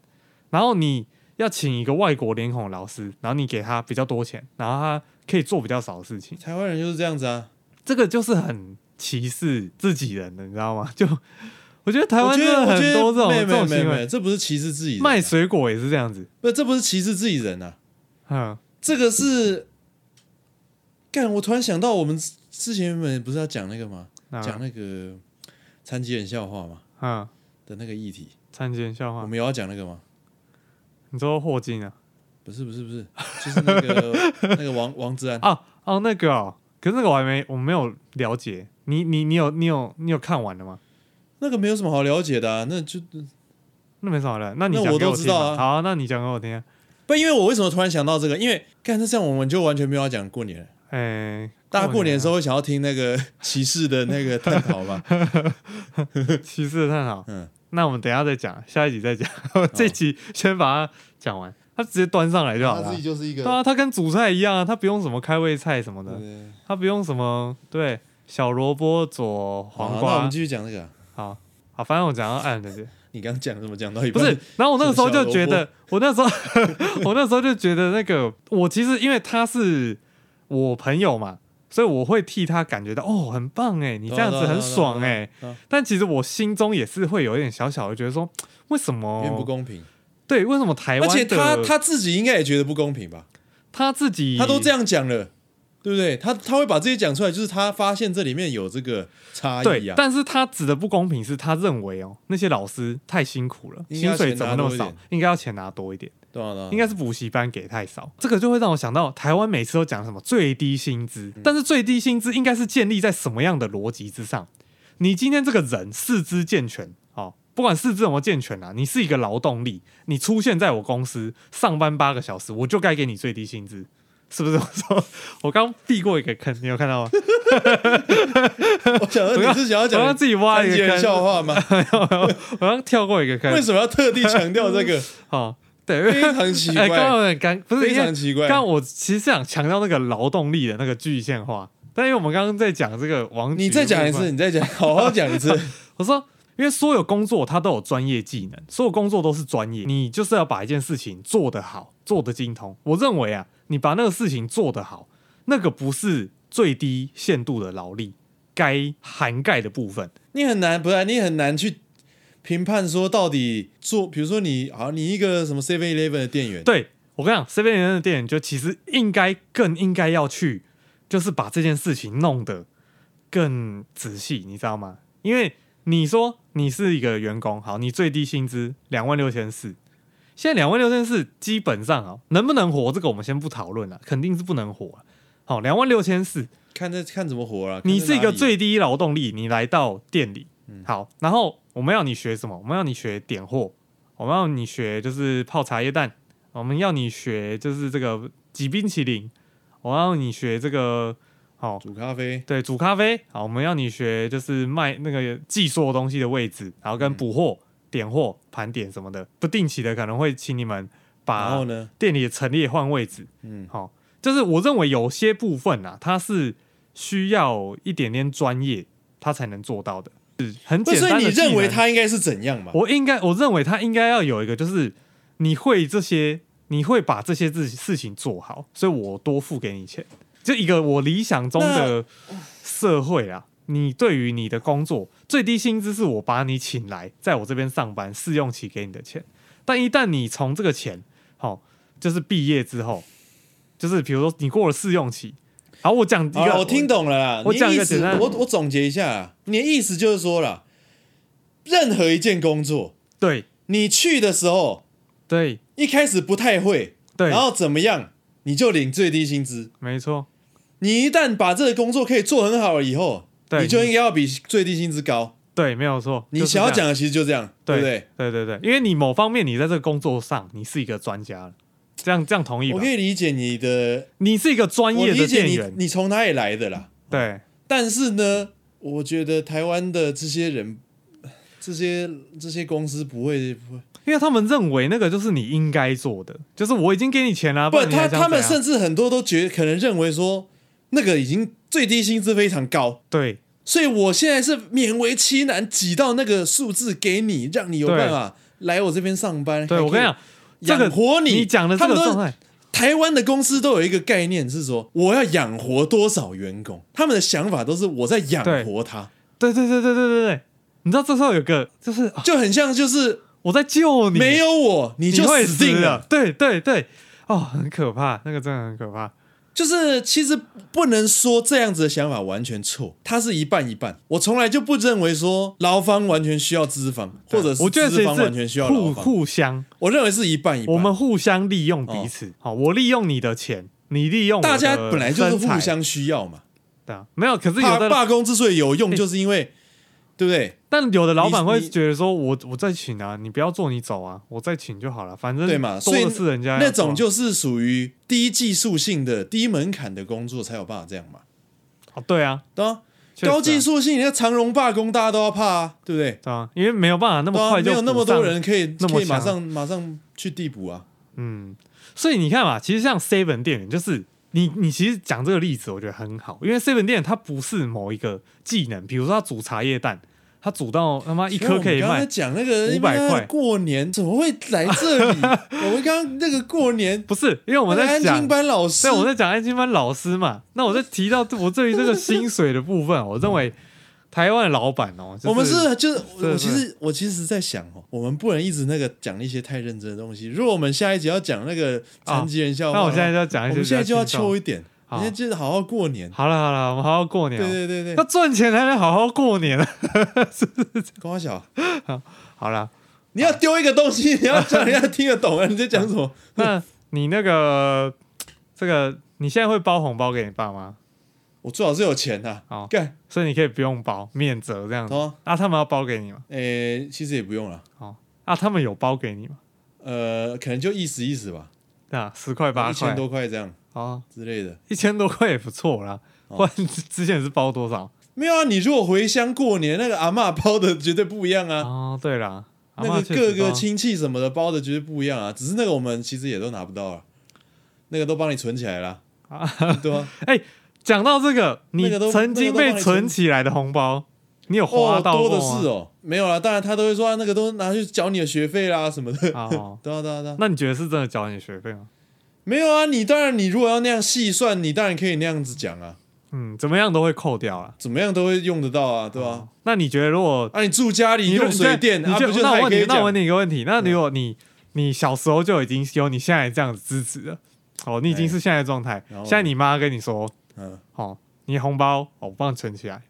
E: 然后你要请一个外国脸孔的老师，然后你给他比较多钱，然后他可以做比较少的事情，
D: 台湾人就是这样子啊。
E: 这个就是很歧视自己人的，你知道吗？ 就我觉得台
D: 我
E: 湾
D: 觉
E: 真
D: 得
E: 的
D: 我
E: 很
D: 觉
E: 多
D: 得
E: 这种
D: 没
E: 这种
D: 没没
E: 行
D: 没，
E: 为，
D: 这不是歧视自己人啊，
E: 卖水果也是这样子，
D: 不，这不是歧视自己人啊，
E: 嗯。
D: 这个是。干，我突然想到，我们之之前原本不是要讲那个吗？
E: 啊
D: 讲那个残疾人笑话嘛
E: 嗯，
D: 的那个议题，
E: 参见笑
D: 我
E: 话。
D: 们有要讲那个吗？
E: 你说霍金啊？
D: 不是不是不是，就是那个 那个王王志安，
E: 啊哦，那个哦，可是那个我还没，我没有了解。你你你有你有你有看完了吗？
D: 那个没有什么好了解的、啊，那就
E: 那没什么了，那你
D: 那
E: 讲
D: 我
E: 给
D: 都
E: 我
D: 知
E: 听
D: 道
E: 嘛
D: 啊
E: 好、那你讲给我听、啊。
D: 不，因为我为什么突然想到这个？因为干那这样我们就完全没有要讲过年了。
E: 哎、
D: 大家过年的时
E: 候
D: 候会
E: 啊
D: 想要听那个歧视的那个探讨嘛？
E: 骑士的探讨，
D: 嗯，哦
E: 那我们等一下再讲，下一集 再讲。我这集先把它讲完，他直接端上来就好
D: 他
E: 了
D: 自己。就是一个
E: 对啊，他跟主菜一样啊，他不用什么开胃菜什么
D: 对
E: 的
D: 对，对
E: 他不用什么对小萝卜佐黄
D: 好那我
E: 瓜
D: 们。继续讲这个啊。
E: 好好，反正我讲到暗的，对
D: 你刚刚讲怎么讲到一
E: 不
D: 半？
E: 是。然后我那个时候
D: 什么小
E: 就觉
D: 萝
E: 得，我那时候我那时候就觉得那个我其实因为他是我朋友嘛，所以我会替他感觉到哦，很棒哎，你这
D: 对啊
E: 样子
D: 对啊
E: 很
D: 对啊
E: 爽
D: 对啊
E: 哎
D: 对啊。
E: 但其实我心中也是会有一点小小的觉得说，为什么
D: 有点不公平，
E: 对，为什么台
D: 而
E: 湾
D: 且
E: 的
D: 他他自己应该也觉得不公平吧？
E: 他自己
D: 他都这样讲了，对不对？他他会把这些讲出来，就是他发现这里面有这个差异
E: 对
D: 啊，。
E: 但是他指的不公平是他认为哦，那些老师太辛苦了，
D: 应该
E: 薪
D: 要
E: 水
D: 钱
E: 怎么
D: 拿
E: 那
D: 多
E: 么
D: 一
E: 少
D: 点？
E: 应该要钱拿多一点，
D: 对啊对啊，
E: 应该是补习班给太少。这个就会让我想到台湾每次都讲什么最低薪资，但是最低薪资应该是建立在什么样的逻辑之上？你今天这个人四肢健全哦。不管四肢怎么健全啊，你是一个劳动力，你出现在我公司上班八个小时，我就该给你最低薪资，是 不是？我说我刚避过一个坑，你有看到吗？
D: 我想说你是想要
E: 我刚
D: 讲
E: 自己挖了一
D: 番茄
E: 个坑
D: 的笑话 吗？
E: 我刚跳过一个坑
D: 为，什么要特地强调这 个？
E: 哦，对，
D: 非常奇
E: 哎刚刚
D: 怪，
E: 有点尴，不是
D: 非常奇怪
E: 因为刚刚我其实想强调那个劳动力的那个具象化，但因为我们刚刚在讲这个王，
D: 你再讲一次，，你再讲，好好讲一次。
E: 我说。因为所有工作它都有专业技能，所有工作都是专业，你就是要把一件事情做得好，做得精通。我认为啊，你把那个事情做得好，那个不是最低限度的劳力该涵盖的部分。
D: 你很难，不是你很难去评判说到底做，比如说你好，你一个什么 Seven Eleven 的店员，
E: 对我跟你讲，这边人的电影就其实应该更应该要去，就是把这件事情弄得更仔细，你知道吗？因为你说你是一个员工，好，你最低薪资两万六千四，现在两万六千四基本上啊，能不能活这个我们先不讨论了，肯定是不能活啊。好，两万六千四，
D: 看这看怎么活啊了。看在
E: 你是一个
D: 哪里嗯
E: 最低劳动力，你来到店里，好，然后我们要你学什么？我们要你学点货，我们要你学就是泡茶叶蛋，我们要你学就是这个挤冰淇淋，我要你学这个好
D: 煮咖啡，
E: 对煮咖啡，好，我们要你学就是卖那个寄所东西的位置，然后
D: 嗯
E: 跟补货、点货、盘点什么的，不定期的可能会请你们
D: 然后
E: 把
D: 呢，
E: 店里的陈列换位置，
D: 嗯，
E: 好、就是我认为有些部分啊，它是需要一点点专业，它才能做到的，是很
D: 不
E: 简
D: 是所
E: 单
D: 以
E: 的。
D: 你认为，他应该是怎样嘛？
E: 我应该，我认为他应该要有一个，就是你会这些，你会把这些事事情做好，所以我多付给你钱，就一个我理想中的社会啊。你对于你的工作最低薪资是我把你请来，在我这边上班试用期给你的钱，但一旦你从这个钱，好、就是毕业之后，就是比如说你过了试用期，好，我讲一
D: 好
E: 个，
D: 啦啊哦我听懂了啦。
E: 我
D: 你
E: 讲一
D: 意
E: 个
D: 思
E: 简单，的
D: 我我总结一下啦，你的意思就是说啦，任何一件工作，
E: 对
D: 你去的时候
E: 对
D: 一开始不太会，
E: 对
D: 然，后怎么样，你就领最低薪资。
E: 没错，
D: 你一旦把这个工作可以做很好了以后，
E: 对
D: 你就应该要比最低薪资高。
E: 对，没有错，
D: 你
E: 就是
D: 想要
E: 这
D: 讲
E: 样
D: 的其实就这样，对不对？
E: 对对对，因为你某方面你在这个工作上你是一个专家了，这样这样同意
D: 我
E: 吧
D: 可？以理解你的，
E: 你是一个专
D: 我
E: 业的
D: 理解
E: 店
D: 你，
E: 员，
D: 你从哪里来的啦？
E: 对
D: 但是呢，我觉得台湾的这些人，这些这些公司不会不会，
E: 因为他们认为那个就是你应该做的，就是我已经给你钱了，
D: 不
E: 然你还
D: 他
E: 想
D: 他们
E: 怎样
D: 甚至很多都觉可能认为说，那个已经最低薪资非常高，
E: 对
D: 所以我现在是勉为其难挤到那个数字给你，让你有
E: 对
D: 办法来我这边上班。
E: 对，
D: 还可以
E: 我跟你讲，这个
D: 养活你
E: 你讲的这
D: 他
E: 个
D: 们都
E: 状态，
D: 台湾的公司都有一个概念是说，我要养活多少员工，他们的想法都是我在养活他，
E: 对对对对对对对，你知道这时候有个就是、啊
D: 就很像就是
E: 我在救你，
D: 没有我你
E: 你
D: 就
E: 会
D: 死定
E: 了
D: 了，，
E: 对对对，哦，很可怕，那个真的很可怕，
D: 就是其实不能说这样子的想法完全错，它是一半一半。我从来就不认为说劳方完全需要资方，或者是
E: 我觉得
D: 资方完
E: 其
D: 全
E: 实
D: 需
E: 是
D: 要劳
E: 互
D: 方，
E: 互相。
D: 我认为是一半一半。哦
E: 我们互相利用彼此。好，我利用你的钱，你利用我
D: 大
E: 的
D: 家本来就是
E: 身材
D: 互相需要嘛，
E: 对啊，没有。可是有
D: 罢
E: 的，哎
D: 罢工之所以有用，就是因为对不对？
E: 但有的老板
D: 你
E: 会
D: 你
E: 觉得说，我我再请啊，你不要做，你走啊，我再请就好了，反正
D: 对嘛，
E: 多
D: 所以
E: 的是人家要
D: 那
E: 做啊
D: 种就是属于低技术性的、低门槛的工作才有办法这样嘛，
E: 哦对啊，
D: 对啊。
E: 确实啊
D: 高技术性，你看长荣罢工，大家都要怕啊，对不对？
E: 对啊，因为没有办法
D: 对
E: 那么
D: 啊，
E: 快
D: 没
E: 就
D: 有那么
E: 补上
D: 多人可以
E: 那么
D: 可以马
E: 强
D: 上马上去递补啊。
E: 嗯，所以你看嘛，其实像 Seven 店员，就是你你其实讲这个例子，我觉得很好，因为 Seven 店员它不是某一个技能，比如说它煮茶叶蛋，它煮到他啊妈一颗可
D: 我们
E: 以
D: 刚才
E: 卖，
D: 讲那个
E: 500块
D: 因为过年怎么会来这 里？我们刚刚那个过年，
E: 不是？因为我们
D: 那个
E: 在
D: 安
E: 讲
D: 静，班老师，
E: 对，我在讲安亲班老师嘛，那我在提到我对于这个薪水的部分，我认为台湾的老板哦，就
D: 我们是就是我
E: 对
D: 我其实我其实在想哦，我们不能一直那个讲一些太认真的东西。如果我们下一集要讲那个残疾人笑话，
E: 哦那我现在就要讲一些
D: 我们现在就要
E: 比较轻松
D: 秋一点，
E: 好
D: 人家就是好好过年。
E: 好了好了，我们好好过年、
D: 对
E: 哦，
D: 对对
E: 要
D: 对，
E: 赚钱才能好好过年啊。
D: 高华小，
E: 好了，
D: 你要丢一个东 西，你要叫人家听得懂啊！你在讲什么？
E: 那你那个这个，你现在会包红包给你爸妈，
D: 我最好是有钱呐、
E: 好
D: 干，
E: 所以你可以不用包，免责这样子。
D: 哦
E: 啊，他们要包给你吗？
D: 诶、其实也不用了，
E: 哦，啊，他们有包给你吗？
D: 呃，可能就意思意思吧，
E: 啊，十块八
D: 一
E: 块
D: 千，多块这哦样
E: 哦，
D: 之类的。
E: 一千多块也不错啦。不然之前是包多少？
D: 没有啊，你如果回乡过年，那个阿嬷包的绝对不一样啊。
E: 哦，对啦，阿
D: 那
E: 嬷
D: 个
E: 确
D: 各
E: 实
D: 个
E: 包
D: 亲戚什么的包的绝对不一样啊，只是那个我们其实也都拿不到啊，那个都帮你存起来 啦。对啊，
E: 哎，讲到这个，你
D: 那个都
E: 曾
D: 那个
E: 经
D: 都
E: 被
D: 帮你
E: 存
D: 存
E: 起来的红包，你有花
D: 哦，
E: 到
D: 多
E: 过
D: 的
E: 吗
D: 是？哦，没有啦，当然他都会说、啊、那个都拿去缴你的学费啦什么的。
E: 哦
D: 对啊，对啊，对啊，
E: 那你觉得是真的缴你学费吗？
D: 没有啊，你当然你如果要那样细算，你当然可以那样子讲啊，
E: 嗯，怎么样都会扣掉啦。
D: 怎么样都会用得到啊，对吧、啊？
E: 那你觉得如果
D: 你住家里
E: 哦你
D: 用水电，
E: 你
D: 啊，
E: 就
D: 不就
E: 那
D: 他
E: 我
D: 也
E: 问
D: 可
E: 你，
D: 以
E: 那我
D: 讲
E: 问？你一个问题，那如果你你小时候就已经有你现在这样子支持了，哦，你已经是现在的状态，
D: 然后呢
E: 现在你妈跟你说，
D: 嗯，
E: 哦，你红包哦我帮你存起来，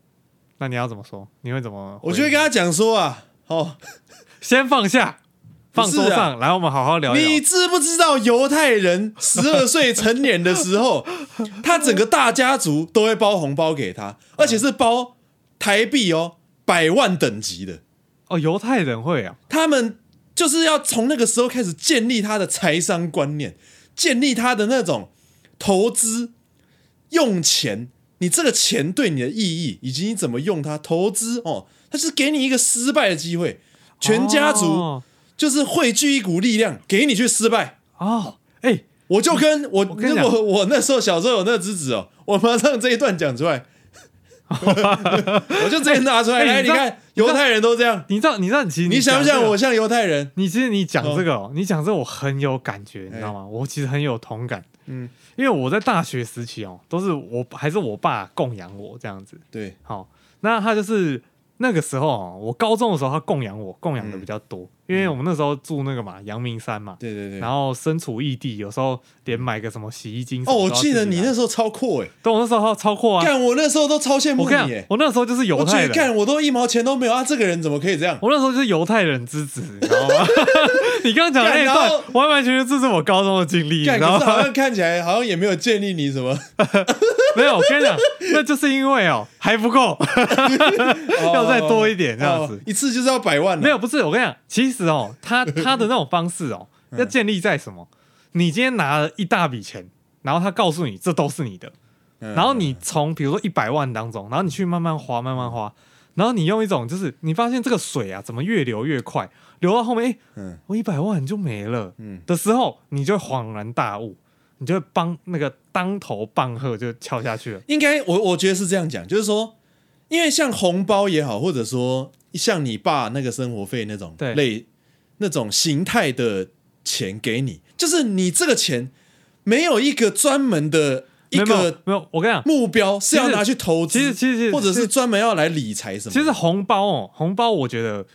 E: 那你要怎么说？你会怎么回应？
D: 我就会跟他讲说啊，哦，
E: 先放下，
D: 不
E: 放
D: 是
E: 桌
D: 啊
E: 上，来我们好好聊
D: 你
E: 聊。
D: 知不知道犹太人十二岁成年的时 候，他整个大家族都会包红包给他，而且是包台币哦，百万等级的。
E: 哦，犹太人会啊，
D: 他们就是要从那个时候开始建立他的财商观念，建立他的那种投资用钱，你这个钱对你的意义以及你怎么用它投资哦，它是给你一个失败的机会，全家族
E: 哦，
D: 就是汇聚一股力量给你去失败。
E: 哦哎、
D: 我就跟我
E: 跟
D: 如
E: 你讲
D: 果我那时候小时候有那个资质哦，我马上这一段讲出来， 我就直接拿出来。
E: 哎哎
D: 来，你
E: 你知道
D: 看犹太人都这样，
E: 你知道，你知道，其实
D: 你想不
E: 讲这
D: 想
E: 个
D: 我像犹太人？
E: 你其实你讲这个、哦，你讲这个我很有感觉，你知道吗？我其实很有同感，
D: 哎嗯，
E: 因为我在大学时期哦，都是我还是我爸供养我这样子。
D: 对，
E: 好、那他就是那个时候哦，我高中的时候他供养我，供养的比较多，因为我们那时候住那个嘛阳明山嘛，
D: 对嗯对对。
E: 然后身处异地，有时候连买个什么洗衣精什
D: 哦，
E: 么
D: 我
E: 都要
D: 记得
E: 自己
D: 你
E: 拿
D: 那时候超阔哎、
E: 对我那时候超过
D: 欸，
E: 啊，
D: 干我那时候都超羡慕
E: 我跟
D: 你
E: 你讲
D: 哎、，
E: 我那时候就是犹
D: 我觉
E: 太
D: 得
E: 人。啊
D: 干我都一毛钱都没有啊，这个人怎么可以这样？
E: 我那时候就是犹太人之子，你知道吗？ 你刚刚讲的那一
D: 干然后
E: 段，完完全全这是我高中的经历，你
D: 干
E: 知
D: 可
E: 道
D: 是啊
E: 吗？
D: 好像看起来好像也没有建立你什么，
E: 没有，我跟你讲，那就是因为哦还不 够，要再多一点这样子
D: 哦一次就是要百万、啊，
E: 没有不是我跟你讲，其实哦他他的那种方式哦，
D: 嗯
E: 要建立在什么？你今天拿了一大笔钱，然后他告诉你这都是你的，
D: 嗯，
E: 然后你从比如说一百万当中，然后你去慢慢花，慢慢花，然后你用一种就是你发现这个水啊怎么越流越快，流到后面，哎、
D: 嗯
E: 我一百万就没了，
D: 嗯
E: 的时候，你就恍然大悟，你就会帮那个当头棒喝就敲下去了。
D: 应该我我觉得是这样讲，就是说，因为像红包也好，或者说像你爸那个生活费那种
E: 对
D: 类那种形态的钱给你，就是你这个钱没有一个专门的一
E: 没有没有
D: 个嗯
E: 没有，我跟你讲，
D: 目标是要拿去投资，
E: 其实其实其实
D: 或者
E: 其实
D: 是专门要来理财什么的，
E: 其实红包哦，红包我觉得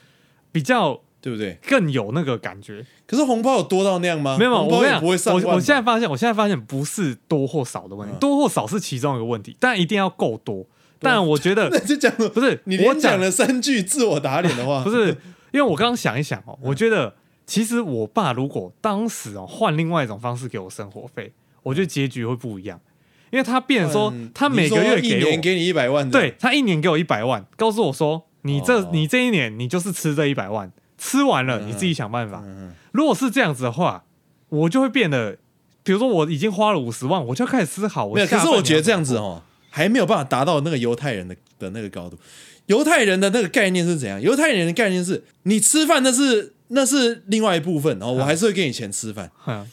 E: 比较
D: 对不对？
E: 更有那个感觉。
D: 可是红包有多到那样吗？
E: 没有，
D: 啊红
E: 我
D: 包
E: 跟
D: 也不会
E: 你
D: 上
E: 讲，
D: 万吧。
E: 我我现在发现，我现在发现不是多或少的问题，
D: 嗯啊
E: 多或少是其中一个问题，但一定要够多。但 我觉得
D: 那就讲
E: 不是
D: 你
E: 我
D: 连
E: 讲
D: 讲了三句自我打脸的话，
E: 不是，因为我刚刚想一想
D: 嗯
E: 哦，我觉得其实我爸如果当时哦换另外一种方式给我生活费，我觉得结局会不一样，因为他变成说
D: 嗯
E: 他每个月
D: 你说一
E: 给我
D: 年，给你一百万，
E: 对，他一年给我一百万，告诉我说你这、
D: 哦
E: 你这一年你就是吃这一百万，吃完了
D: 嗯
E: 你自己想办法。
D: 嗯嗯
E: 如果是这样子的话，我就会变得，比如说我已经花了五十万，我就要开始思考我
D: 没有。
E: 下
D: 可
E: 半
D: 是我
E: 年要怎么过。
D: 觉得这样子哦，还没有办法达到那个犹太人的的那个高度。犹太人的那个概念是怎样？犹太人的概念是你吃饭那是那是另外一部分，哦，
E: 啊
D: 我还是会给你钱吃饭。
E: 哼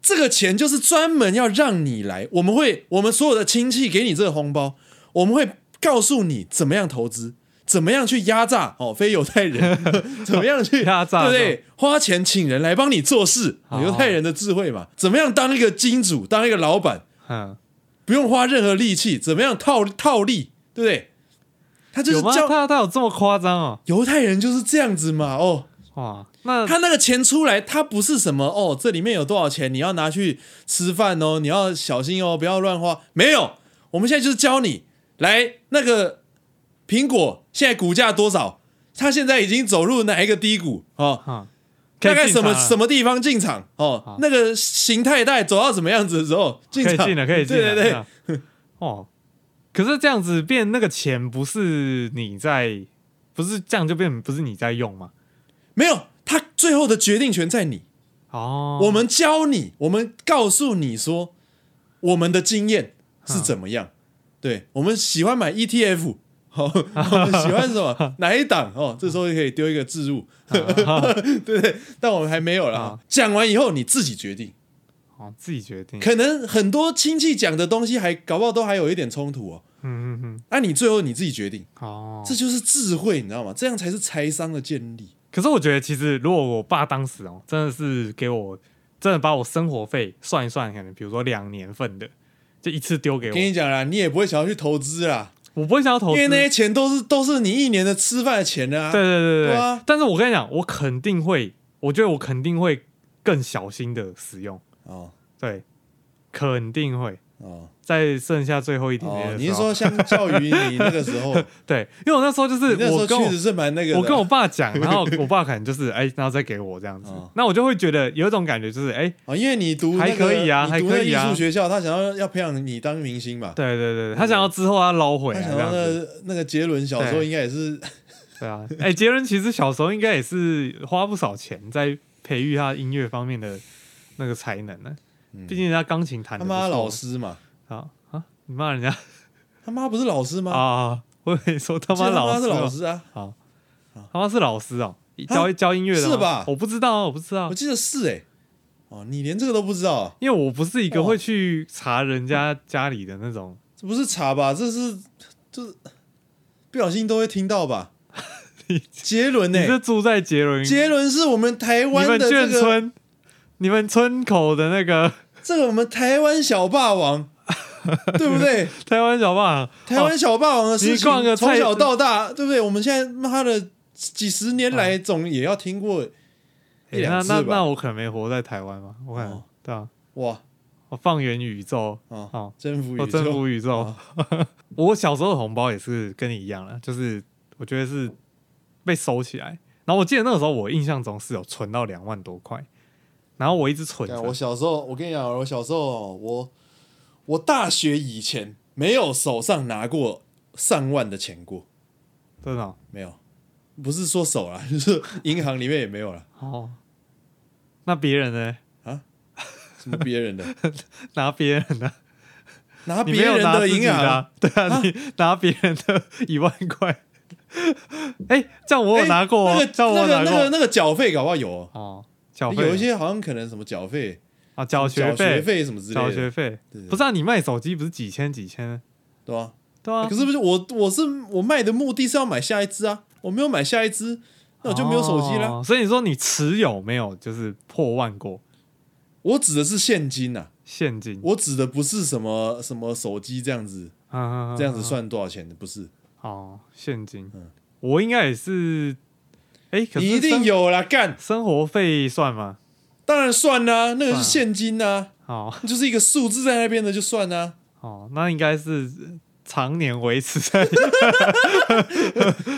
D: 这个钱就是专门要让你来，我们会我们所有的亲戚给你这个红包，我们会告诉你怎么样投资，怎么样去压榨哦非犹太人， 怎么样去
E: 压榨
D: 对不对？花钱请人来帮你做事，
E: 哦
D: 犹太人的智慧嘛，怎么样当一个金主，当一个老板，
E: 哼，
D: 不用花任何力气，怎么样套套利，对不对？他就是
E: 有吗？
D: 教
E: 他他有这么夸张哦？
D: 犹太人就是这样子嘛，哦，
E: 哇，那
D: 他那个钱出来，他不是什么哦，这里面有多少钱，你要拿去吃饭哦，你要小心哦，不要乱花。没有，我们现在就是教你来那个苹果现在股价多少，它现在已经走入哪一个低谷哦，
E: 哼，
D: 大概什么什
E: 么
D: 么地方进场哦，那个形态带走到什么样子的时候进
E: 可以
D: 场，
E: 进了，可以进了，
D: 对
E: 嗯
D: 对对，
E: 对，哦，可是这样子变那个钱不是你在，不是这样就变不是你在用吗？
D: 没有，他最后的决定权在你。
E: 哦，
D: 我们教你，我们告诉你说我们的经验是怎么样。对我们喜欢买 E ETF，好、哦 我们喜欢什 么哪一档哦？这时候就可以丢一个置入，对不对？但我们还没有啦
E: 啊。
D: 讲完以后你自己决定，
E: 哦自己决定，
D: 可能很多亲戚讲的东西还搞不好都还有一点冲突哦。
E: 嗯嗯嗯，
D: 那、你最后你自己决定，
E: 哦，
D: 这就是智慧，你知道吗？这样才是财商的建立。
E: 可是我觉得，其实如果我爸当时哦，真的是给我，真的把我生活费算一算，可能比如说两年份的，就一次丢给我
D: 跟，你讲啦，你也不会想要去投资啦，
E: 我不会想要投
D: 因
E: 资。
D: 为那些
E: 对
D: 钱都是都是你一年的吃饭的钱啊。
E: 对对对
D: 对啊
E: 但是我跟你讲，我肯定会，我觉得我肯定会更小心的使用，
D: 哦
E: 对，肯定会
D: 哦。
E: 在剩下最后一点点
D: 哦，
E: 的
D: 你
E: 时
D: 是
E: 候。
D: 说相较于你那个 时候，你
E: 对，因为我那时候就是
D: 那时候
E: 我跟我
D: 确实是蛮那个的
E: 我跟我爸讲，然 后我爸可能就是哎，然后再给我这样子
D: 哦，
E: 那我就会觉得有一种感觉，就是哎，
D: 哦，因为你读那个
E: 还可以啊
D: 你读那个
E: 还可以啊
D: 艺术学校，他想要要培养你当明星嘛，
E: 对对对，他想要之后要捞回
D: 他
E: 来
D: 想
E: 啊这
D: 要那
E: 样子。
D: 个那个杰伦小时候应该也是，
E: 对啊，哎、杰伦其实小时候应该也是花不少钱在培育他音乐方面的那个才能呢、毕竟人家钢琴弹
D: 嗯他
E: 的
D: 妈老师嘛，
E: 啊啊！你骂人家
D: 他妈不是老师吗？
E: 啊？我以为说他
D: 他
E: 妈老
D: 妈
E: 师
D: 是
E: 哦
D: 老师啊，
E: 啊，他妈是老师哦，教
D: 啊
E: 教音乐的吗
D: 是吧
E: 我不知道啊，我不知道
D: 我，记得是哎，哦，你连这个都不知道啊，
E: 因为我不是一个
D: 哇
E: 会去查人家家里的那种。
D: 这不是查吧？这是这不小心都会听到吧？杰伦
E: 你是
D: 呢？
E: 住在杰伦，
D: 杰伦是我们台
E: 你
D: 湾
E: 们
D: 的这
E: 眷
D: 个
E: 村，你们村口的那个
D: 这个我们台湾小霸王，对不对？
E: 台湾小哦霸王，
D: 台湾小霸王的事
E: 你逛
D: 情，
E: 个
D: 从
E: 菜
D: 小到大，对不对？我们现在妈的几十年来，总也要听过一
E: 欸
D: 两
E: 那
D: 次
E: 那
D: 吧
E: 那我可能没活在台湾嘛，我可能、
D: 哦
E: 对啊，
D: 哇
E: 我放眼宇宙，
D: 哦
E: 哦，
D: 征服
E: 我
D: 宇
E: 征
D: 宙，哦
E: 服宇宙。 我小时候的红包也是跟你一样啦，就是我觉得是被收起来。然后我记得那个时候，我印象中是有存到两万多块，然后我一直存
D: 哎啊干我
E: 着。
D: 小时候，我跟你讲，我小时候哦，我我大学以前没有手上拿过上万的钱过，
E: 真的哦
D: 没有，不是说手啦，就是银行里面也没有啦。
E: 哦，那别人呢？
D: 什么别 人的，
E: 拿别人的，
D: 拿
E: 你
D: 别
E: 没有
D: 人
E: 拿自己
D: 银
E: 的
D: 行，
E: 啊，对啊，你拿别人的一万块。 哎，这样我有
D: 哎
E: 拿过哦，
D: 那个
E: 这样我有
D: 那
E: 拿
D: 个
E: 过
D: 那个那个缴费搞不好有哦，
E: 哦，缴费
D: 有一些好像可能什么缴费、
E: 啊，缴
D: 缴学
E: 学费、
D: 费什么之类
E: 缴
D: 的，
E: 学费
D: 对对，
E: 不是啊？你卖手机不是几千几千？
D: 对吧、
E: 对啊，
D: 可是不是我我是我卖的目的是要买下一只啊，我没有买下一只，那我就没有手机啦。
E: 哦所以你说你持有没有就是破万过
D: 我指的是现金呐、啊，
E: 现金？
D: 我指的不是什么什么手机这样子，
E: 啊啊啊
D: 这样子算多少钱的，不是？
E: 哦，现金。我应该也是，哎，可是
D: 你一定
E: 生
D: 有啦，干，
E: 生活费算吗？
D: 当然算啦、那个
E: 算
D: 是
E: 啊
D: 现金呐、
E: 哦
D: 啊，就是一个数字在那边的就算啊啦、
E: 哦，那应该是常年维持在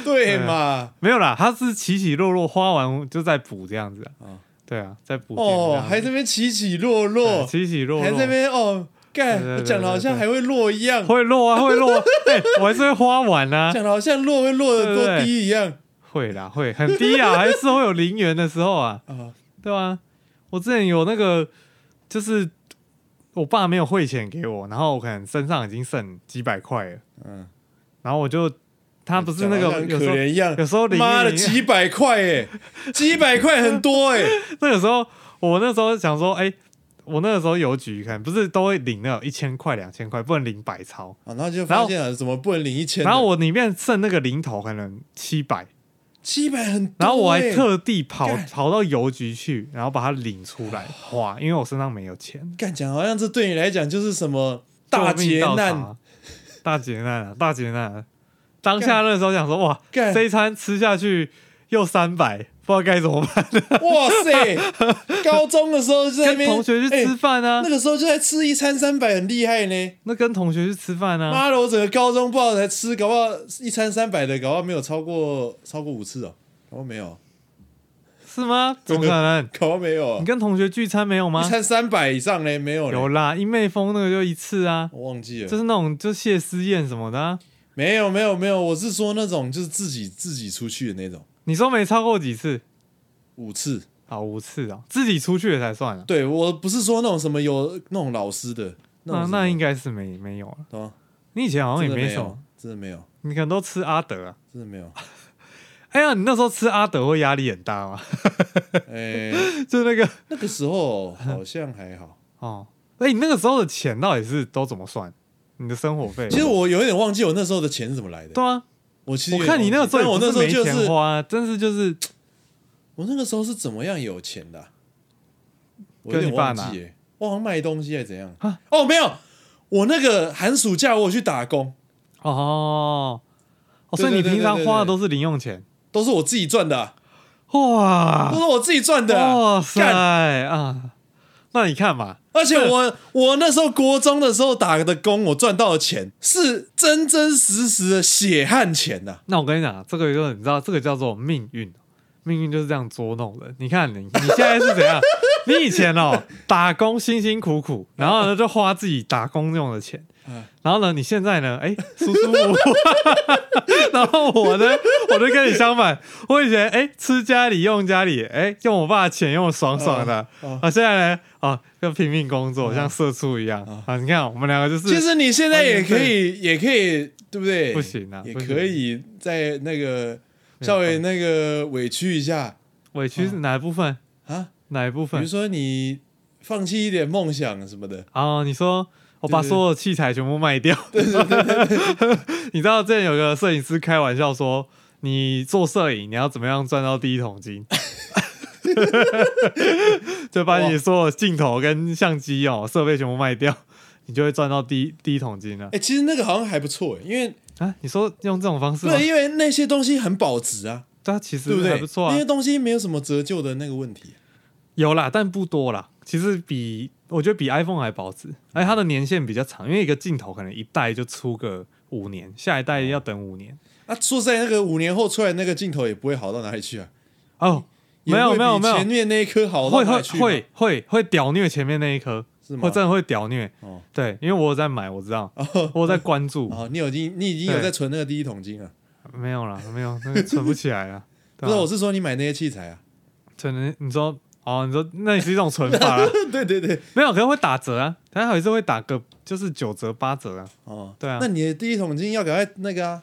D: 对嘛？
E: 没有啦，它是起起落落，花完就再补这样子
D: 哦
E: 啊。对啊，再补进这
D: 哦
E: 样，子
D: 还在那边起起落
E: 对
D: 落，
E: 哎起起落落，
D: 还在那边哦，
E: 对对
D: 干，
E: 对
D: 我讲的好像
E: 对对
D: 还会落一样，
E: 会落啊，会落、啊，哎、我还是会花完啊，
D: 讲的好像落会落的
E: 对对
D: 多
E: 对
D: 低一样
E: 会啦，会很低啊，还是会有零 元的时候啊，
D: 啊。
E: 对吧、我之前有那个，就是我爸没有汇钱给我，然后我可能身上已经剩几百块了，嗯，然后我就他不是那
D: 讲
E: 个
D: 得
E: 有
D: 像
E: 时
D: 可
E: 候
D: 怜一样，
E: 有时候零
D: 妈的
E: 零
D: 几百块哎，几百块很多 哎，
E: 那有时候我那时候想说，哎、我那个时候邮局可能不是都会领那种一千块、两千块，不能领百钞。
D: 啊，然后就发现了怎么不能领一千的，
E: 然后我里面剩那个零头可能七百，
D: 七百很多欸，
E: 然后我还特地跑
D: 干
E: 跑到邮局去，然后把它领出来花，因为我身上没有钱。
D: 干讲，好像这对你来讲就是什么大
E: 救命
D: 劫
E: 稻草
D: 难
E: 啊，大劫难啊，大劫难、啊！当下那时候想说，哇，
D: 干
E: 这一餐吃下去又三百，不知道该怎么办。
D: 哇 塞！高中的时候就在那
E: 跟
D: 边
E: 同学去吃
D: 哎
E: 饭啊，
D: 那个时候就在吃一餐三百，很厉害呢。
E: 那跟同学去吃饭啊，
D: 妈的，我整个高中不知道才吃，搞不好一餐三百的，搞不好没有超过超过五次哦，搞不好没有，
E: 是吗？怎么
D: 这
E: 可
D: 个
E: 能？
D: 搞不好没有
E: 你
D: 哦，
E: 跟同学聚餐没有吗
D: 一？餐三百以上嘞，没有嘞
E: 有啦，一妹风那个就一次啊，
D: 我忘记了，
E: 就是那种就谢师宴什么的、啊。
D: 没有没有没有，我是说那种就是自己自己出去的那种
E: 你说没超过几次？
D: 五次，
E: 好五次啊，自己出去的才算啊。
D: 对我不是说那种什么有那种老师的，
E: 那
D: 种
E: 啊那应
D: 该
E: 该是没没有了。
D: 啊，
E: 你以前好像
D: 真
E: 也
D: 的没
E: 什
D: 有
E: 么，，
D: 真的没有，
E: 你可能都吃阿德啊。
D: 真的没有，
E: 哎呀，你那时候吃阿德会压力很大吗？
D: 哎，
E: 就那个
D: 那个时候好像还 好。
E: 哦，哎、你那个时候的钱到底是都怎么算？你的生活费？
D: 其实我有点忘记我那时候的钱是怎么来的。
E: 对啊，
D: 我其实
E: 我
D: 有点
E: 看你那个时候
D: 忘记但我
E: 也
D: 那时
E: 不
D: 候就
E: 没钱
D: 是
E: 花、啊，但是就是
D: 我那个时候是怎么样有钱的啊、我有
E: 跟你
D: 点
E: 爸
D: 忘
E: 拿
D: 记耶、我好像卖东西还是怎样
E: 啊？
D: 哦，没有，我那个寒暑假我有去打工，
E: 哦哦，
D: 对
E: 所以你
D: 对对
E: 平常
D: 对对
E: 花的
D: 对
E: 都是零用钱。
D: 都是我自己赚的啊、
E: 哇
D: 都是我自己赚的啊、
E: 哇塞
D: 干！
E: 啊！那你看嘛，
D: 而且我我那时候国中的时候打的工，我赚到的钱是真真实实的血汗钱呐、
E: 那我跟你讲，这个就是你知道，这个叫做命运，哦命运就是这样捉弄人。你看你，你现在是怎样？ 你以前哦，打工辛辛苦苦，然后呢就花自己打工用的钱，
D: 嗯
E: 然后呢你现在呢，哎，舒舒服 服。然后我呢，我就跟你相反，我以前哎吃家里用家里，哎用我爸的钱用得爽爽的，
D: 嗯
E: 啊现在呢啊要拼命工作，像社畜一样啊。你看我们两个就是，
D: 嗯其实你现在也可
E: 完全
D: 以，也可以，对不对？
E: 不行啊
D: 也
E: 不行
D: 可以在那个稍微那个委屈一下
E: 委屈是哪一部分？
D: 啊，
E: 哪一部
D: 嗯比
E: 分
D: 如？说你放弃一点梦想什么的，
E: 哦，你说我把
D: 对对
E: 所有器材全部卖掉？对对对 你知道之前有个摄影师开玩笑说，你做摄影你要怎么样赚到第一桶金？ 就把你所有镜头跟相机哦设备全部卖掉，你就会赚到第一第一桶金了
D: 哎、。其实那个好像还不错、欸，因为
E: 啊，你说用这种方式吗？
D: 对，因为那些东西很保值啊，
E: 它其
D: 对不
E: 实
D: 对？
E: 还不错啊
D: 那些，东西没有什么折旧的那个问题。啊
E: 有啦，但不多啦。其实比我觉得比 iPhone 还保值，而且它的年限比较长，因为一个镜头可能一代就出个五年，下一代要等五年。
D: 啊，说实在那个五年后出来那个镜头也不会好到哪里去啊，
E: 哦，
D: 也
E: 没有
D: 不会
E: 没有
D: 比
E: 没有，
D: 前面那一颗好到
E: 会
D: 哪
E: 会
D: 里去啊嘛
E: 会会会屌虐前面那一颗，
D: 是吗
E: 会真的会屌虐。
D: 哦
E: 对，因为我有在买，我知道， 我有在关注。
D: 哦，你有已经你已经有
E: 对
D: 在存那个第一桶金啊？
E: 没有啦，没有，那个存不起来啊。
D: 不
E: 对
D: 是，
E: 啊
D: 我是说你买那些器材啊。
E: 存的，你说哦，你说那也是一种存法啦。
D: 对对对，
E: 没有，可能会打折啊，它还是会打个就是九折八折啊。
D: 哦，
E: 对啊
D: 那你的第一桶金要赶快那个啊，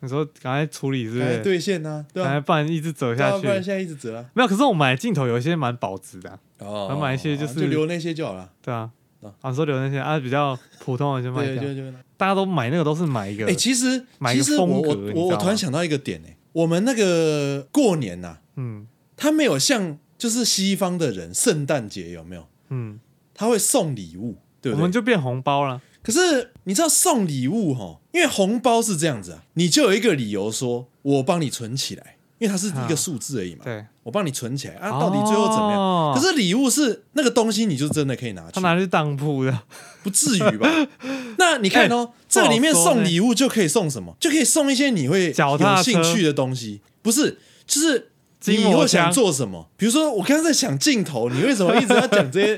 E: 你说赶快处理是不
D: 赶快
E: 是？
D: 兑现啊，对
E: 赶快
D: 啊，
E: 不然一直折
D: 对啊
E: 下
D: 不然
E: 去。
D: 现在一直折啊。
E: 没有，可是我买的镜头有一些蛮保值的啊，
D: 哦
E: 然后买一些就是
D: 就留那些就好了。
E: 对啊
D: 啊。
E: 啊，你说留那些啊比较普通的就卖
D: 对，就
E: 掉，
D: 就
E: 大家都买那个都是买一个
D: 哎、，其实
E: 买一
D: 其
E: 个
D: 实我
E: 风格
D: 我
E: 你知道
D: 我
E: 吗
D: 我突然想到一个点哎、我们那个过年呐、
E: 嗯
D: 他没有像就是西方的人圣诞节有没有？
E: 嗯，
D: 他会送礼物，对
E: 我
D: 不
E: 们
D: 对？
E: 就变红包了。
D: 可是你知道送礼物哈，因为红包是这样子啊，你就有一个理由说我帮你存起来，因为它是一
E: 啊
D: 个数字而已嘛。
E: 对，
D: 我帮你存起来啊，
E: 哦
D: 到底最后怎么样？可是礼物是那个东西，你就真的可以拿去，
E: 他拿去当铺的，
D: 不至于吧？ 那你看哦，这里面
E: 哎不好说呢
D: 送礼物就可以送什么？就可以送一些你会
E: 脚
D: 有
E: 踏车
D: 兴趣的东西，不是？就是你
E: 筋
D: 以
E: 膜
D: 后想
E: 枪
D: 做什么？比如说，我刚刚在想镜头，你为什么一直要讲这 些？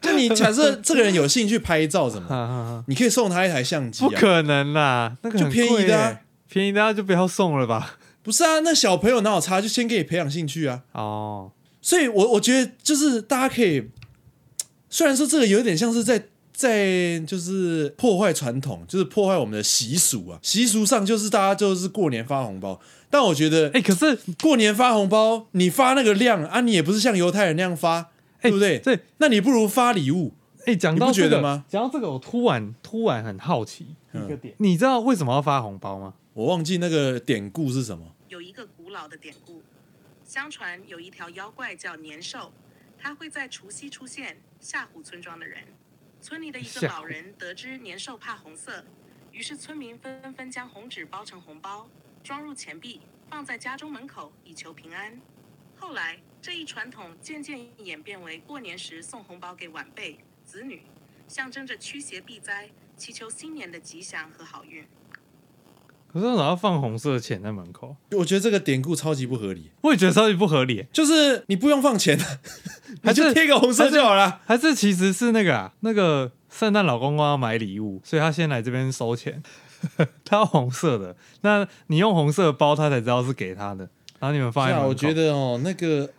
D: 就你假设这个人有兴趣拍照什么，
E: 哈哈哈
D: 你可以送他一台相 机
E: 不
D: 啊？
E: 可能啦，那个很
D: 就便宜的啊
E: 贵耶便宜的啊就不要送了吧。
D: 不是啊，那小朋友哪有差？就先给你培养兴趣啊。
E: 哦，
D: 所以我我觉得就是大家可以虽然说这个有点像是在在就是破坏传统，就是破坏我们的习俗啊，习俗上就是大家就是过年发红包，但我觉得
E: 哎、可是
D: 过年发红包，你发那个量啊，你也不是像犹太人那样发，对不对？
E: 哎对，
D: 那你不如发礼物。
E: 哎，讲、
D: 你
E: 到
D: 不觉
E: 这
D: 得
E: 个
D: 吗？嗯
E: 讲到这个，我突然突然很好奇一个点，你知道为什么要发红包吗？
D: 我忘记那个典故是什么。
F: 有一个古老的典故，相传有一条妖怪叫年兽，它会在除夕出现，吓唬村庄的人。村里的一
E: 吓
F: 个
E: 唬
F: 老人得知年兽怕红色，于是村民纷纷将红纸包成红包，装入钱币，放在家中门口以求平安。后来，这一传统渐渐演变为过年时送红包给晚辈、子女，象征着驱邪避灾，祈求新年的吉祥和好运。
E: 可是为什么要放红色的钱在门口？
D: 我觉得这个典故超级不合理，
E: 我也觉得超级不合理、
D: 就是你不用放钱，你
E: 还
D: 就是啊贴个红色就好了。
E: 还是其实是那个、啊、那个圣诞老公公要买礼物，所以他先来这边收钱， 他要红色的，那你用红色的包，他才知道是给他的，然后你们放在
D: 是
E: 门
D: 啊，
E: 口、
D: 我觉得哦，那个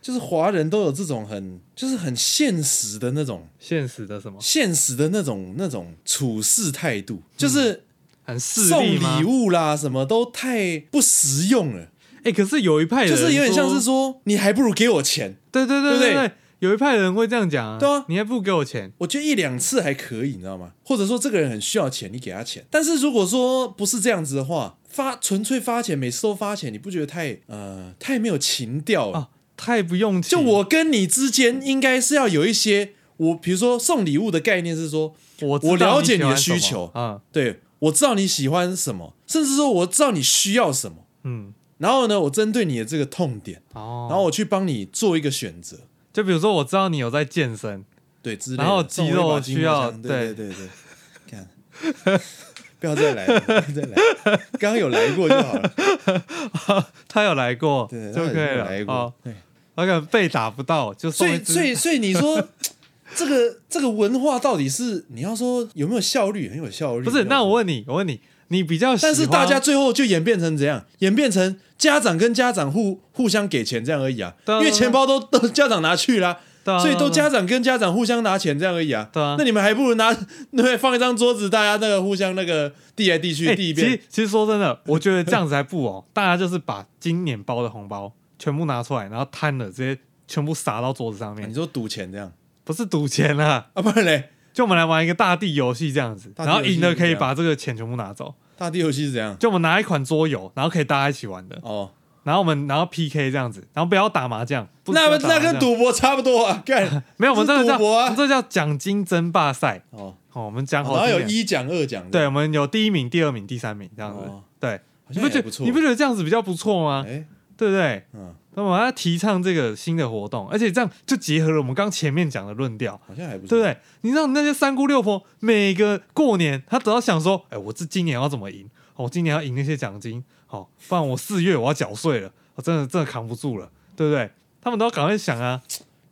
D: 就是华人都有这种很就是很现实的那种
E: 现实的什么
D: 现实的那种那种处事态度，就是
E: 很势
D: 送
E: 利吗
D: 礼？物啦什么都太不实用了，
E: 哎、可是有一派人
D: 就是有点像是
E: 说，
D: 说你还不如给我钱。
E: 对对
D: 对
E: 对
D: 不对
E: 对对，有一派人会这样讲啊，
D: 对啊
E: 你还不如给我钱，
D: 我觉得一两次还可以，你知道吗？或者说这个人很需要钱，你给他钱。但是如果说不是这样子的话，发纯粹发钱，每次都发钱，你不觉得太呃太没有情调了？
E: 啊，太不用情，
D: 就我跟你之间应该是要有一些，我比如说送礼物的概念是说，
E: 我知道
D: 我了解你
E: 你喜欢
D: 的需
E: 什么
D: 求
E: 啊，
D: 对我知道你喜欢什么，甚至说我知道你需要什么，
E: 嗯，
D: 然后呢，我针对你的这个痛点，
E: 哦，
D: 然后我去帮你做一个选择。
E: 就比如说我知道你有在健身，
D: 对，之类的
E: 然后
D: 送
E: 肌
D: 我一
E: 肉
D: 把筋
E: 需
D: 膜
E: 要
D: 枪对对对对，看， 不要再来了，不要再来了，刚刚有来过就好了，
E: 他有来过
D: 对，
E: 就可以
D: 有
E: 了，
D: 来
E: 哦
D: 过，，对，
E: 他可能被打不到，就
D: 所
E: 送一
D: 以
E: 只
D: 所以所以你说这个这个文化到底是你要说有没有效率，很有效率，
E: 不是？
D: 没有
E: 那我问你，我问你，你比较喜欢
D: 但
E: 哎
D: 是大家最后就演变成怎样？演变成家长跟家长互互相给钱这样而已啊，
E: 对啊
D: 因为
E: 对啊
D: 钱包都都 家长拿去啦、
E: 对啊
D: 所以都
E: 对啊
D: 家长跟家长互相拿钱这样而已啊。
E: 对啊
D: 那你们还不如拿 那放一张桌子，大家那个互相那个递来递去
E: 哎
D: 递一
E: 其
D: 遍
E: 实。其实说真的，我觉得这样子还不哦，大家就是把今年包的红包全部拿出来，然后摊了，直接全部撒到桌子上
D: 你
E: 面，
D: 说赌钱这样
E: 不是赌钱啊，
D: 啊？不然嘞，
E: 就我们来玩一个大地游戏这样子，
D: 大地
E: 然后
D: 游戏
E: 赢的可
D: 是
E: 以
D: 怎样
E: 把这个钱全部拿走。
D: 大地游戏是怎样？
E: 就我们拿一款桌游，然后可以大家一起玩的，
D: 哦，
E: 然后我们然后 PK 这样子，然后不要打麻将，不
D: 那
E: 不要打麻
D: 那
E: 将
D: 跟赌博差不多啊。干
E: 没有，我们
D: 这
E: 这
D: 是
E: 个叫
D: 赌博
E: 我
D: 啊
E: 们。这叫奖金争霸赛
D: 哦，
E: 哦，我们讲
D: 然
E: 好
D: 后
E: 听
D: 有
E: 点
D: 一奖二奖这
E: 对，
D: 样。
E: 我们有第一名、第二名、第三名这样子。
D: 哦
E: 对，
D: 好
E: 你
D: 像
E: 不
D: 也
E: 觉
D: 不错
E: 你不觉得这样子比较不错吗？
D: 哎，
E: 对不对？
D: 嗯，
E: 那我们要提倡这个新的活动，而且这样就结合了我们刚前面讲的论调，
D: 好像还不错。
E: 对不啊对？你让那些三姑六婆每个过年，他都要想说，哎，我这今年要怎么赢？哦，我今年要赢那些奖金，哦，不然我四月我要缴税了，我真的真的扛不住了，对不对？他们都要赶快想啊，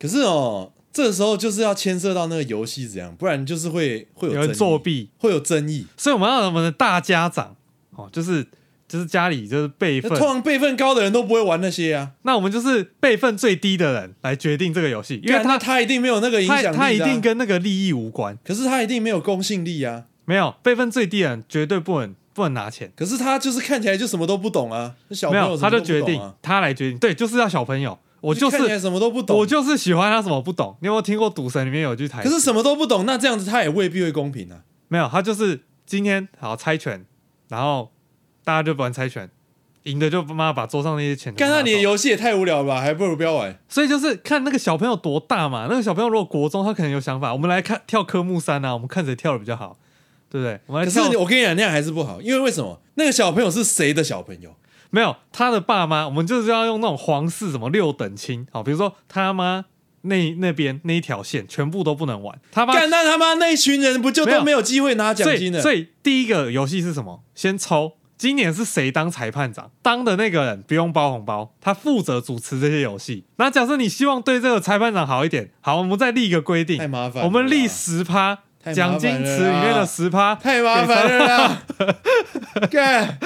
D: 可是哦，这个时候就是要牵涉到那个游戏怎样，不然就是会会有争
E: 有人
D: 议
E: 作，弊，
D: 会有争议。
E: 所以我们要让我们的大家长，哦，就是就是家里就是辈
D: 那
E: 分啊
D: 通，常辈分高的人都不会玩那些啊，
E: 那我们就是辈分最低的人来决定这个游戏，因为
D: 啊干那
E: 他
D: 他一定没有那个影响
E: 他
D: 力、啊，
E: 他一定，跟那个利益无关。
D: 可是他一定没有公信力啊。
E: 没有辈分最低的人绝对不能不能拿钱，
D: 可是他就是看起来就什么都不懂啊，那小
E: 没
D: 朋友
E: 有
D: 什
E: 他
D: 么都
E: 就
D: 不
E: 决
D: 懂
E: 定
D: 啊，
E: 他来决定，对，就是要小朋友，我
D: 就
E: 就
D: 看起来
E: 是
D: 什么都不懂，
E: 我就是喜欢他什么不懂。你有没有听过《赌神》里面有一句台
D: 可
E: 词？
D: 是什么都不懂，那这样子他也未必会公平啊。
E: 没有，他就是今天好猜拳，然后大家就玩猜拳，赢的就妈把桌上那些钱全
D: 干
E: 部拿
D: 那
E: 走。
D: 你的游戏也太无聊了吧，还不如不要玩。
E: 所以就是看那个小朋友多大嘛，那个小朋友如果国中，他可能有想法。我们来看跳科目三啊，我们看谁跳的比较好，对不对？我们
D: 可
E: 来
D: 是
E: 哎跳。
D: 我跟你讲，那样还是不好，因为为什么？那个小朋友是谁的小朋友？
E: 没有他的爸妈，我们就是要用那种皇室什么六等亲，好，比如说他妈那那边那一条线全部都不能玩，他妈
D: 干那他妈那一群人不就
E: 没
D: 都
E: 有
D: 没有机会拿奖
E: 所
D: 金
E: 以
D: 了？
E: 所以第一个游戏是什么？先抽。今年是谁当裁判长？当的那个人不用包红包，他负责主持这些游戏。那假设你希望对这个裁判长好一点，好，我们再立一个规定，
D: 太麻烦了啦
E: 我们立十趴
D: 太麻烦了啦
E: 奖金池里面的十趴，
D: 太麻烦 了啦！干，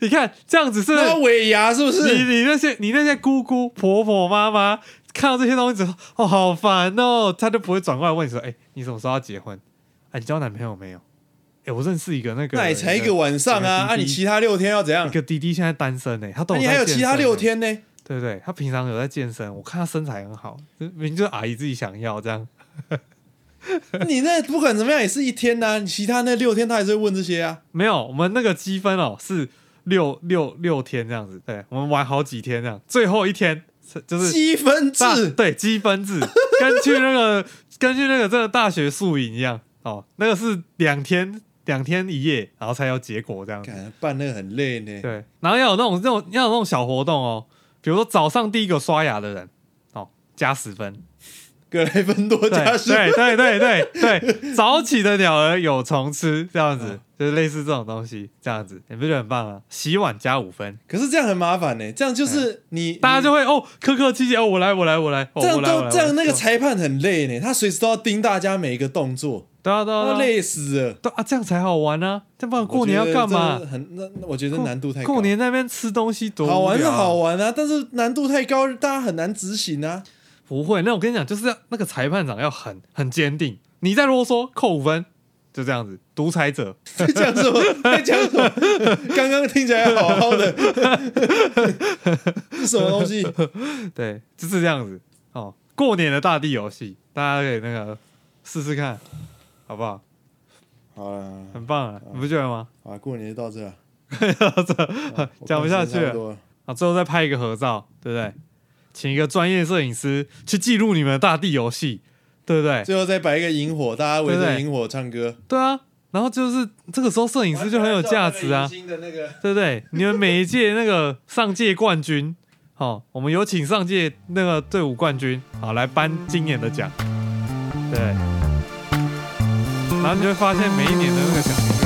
E: 你看这样子是不是
D: 那尾牙是不
E: 你
D: 是？
E: 你那些你那些姑姑婆婆妈妈看到这些东西之后，哦，好烦哦，他就不会转过来问你说，哎、你什么时候要结婚？哎、你交男朋友没有？哎、我认识一个那个，
D: 那也才一个晚上啊，
E: 那
D: 啊，你其他六天要怎
E: 一
D: 样？
E: 个弟弟现在单身呢、他都
D: 那
E: 有
D: 你还有
E: 在健
D: 其他
E: 身
D: 六
E: 欸，
D: 天呢？
E: 对不对？他平常有在健身，我看他身材很好，这明明就是阿姨自己想要这样。
D: 你那不管怎么样也是一天呐、你其他那六天他还是会问这些啊。
E: 没有，我们那个积分哦是六六六天这样子，对，我们玩好几天这样，最后一天是就是
D: 积分
E: 大
D: 制，
E: 对积分制，跟去那个跟去那个真的大学宿营一样哦，那个是两天两天一夜，然后才有结果这样子。
D: 干办那个很累呢。
E: 对，然后要有那种那种要有那种小活动哦，比如说早上第一个刷牙的人哦加十分，
D: 格雷芬多
E: 对
D: 加十
E: 对对对对对，早起的鸟儿有虫吃，这样
D: 嗯
E: 子就是类似这种东西，这样子你不觉得很棒啊？洗碗加五分，
D: 可是这样很麻烦呢、这样就是你、
E: 大家就会哦客客气气哦我来我来我来，哦
D: 这样
E: 我来我
D: 都
E: 来
D: 这样
E: 我来
D: 那个裁判很累呢、他随时都要盯大家每一个动作，
E: 对啊对啊
D: 他
E: 对啊，
D: 哦累死了。
E: 对啊这样才好玩啊，要不然过年要干
D: 我觉得
E: 嘛
D: 这？很那那我觉得
E: 过
D: 难度太高。
E: 过年那边吃东西多无聊啊
D: 好玩是好，玩啊，但是难度太高，大家很难执行啊。
E: 不会，那我跟你讲，就是要那个裁判长要很很坚定，你再啰嗦扣五分，就这样子，独裁者。
D: 在讲什么？在讲什么？刚刚听起来好好的， 是什么东西？
E: 对，就是这样子哦。过年的大地游戏，大家可以那个试试看，好不好？
D: 好了，
E: 很棒啊，你不觉得吗？
D: 好啦，过年就到这了，啊我
E: 讲不下
D: 看时
E: 去
D: 间差
E: 了
D: 多了。
E: 啊，最后再拍一个合照，对不对？请一个专业摄影师去记录你们的大地游戏，对不对？
D: 最后再摆一个萤火，大家围
E: 对不
D: 着
E: 对
D: 萤火唱歌，
E: 对啊，然后就是这个时候摄影师就很有价值啊，
D: 新的那个
E: 对不对？你们每一届那个上届冠军，哦，我们有请上届那个队伍冠军，好来颁今年的奖，对。然后你就会发现每一年的那个奖品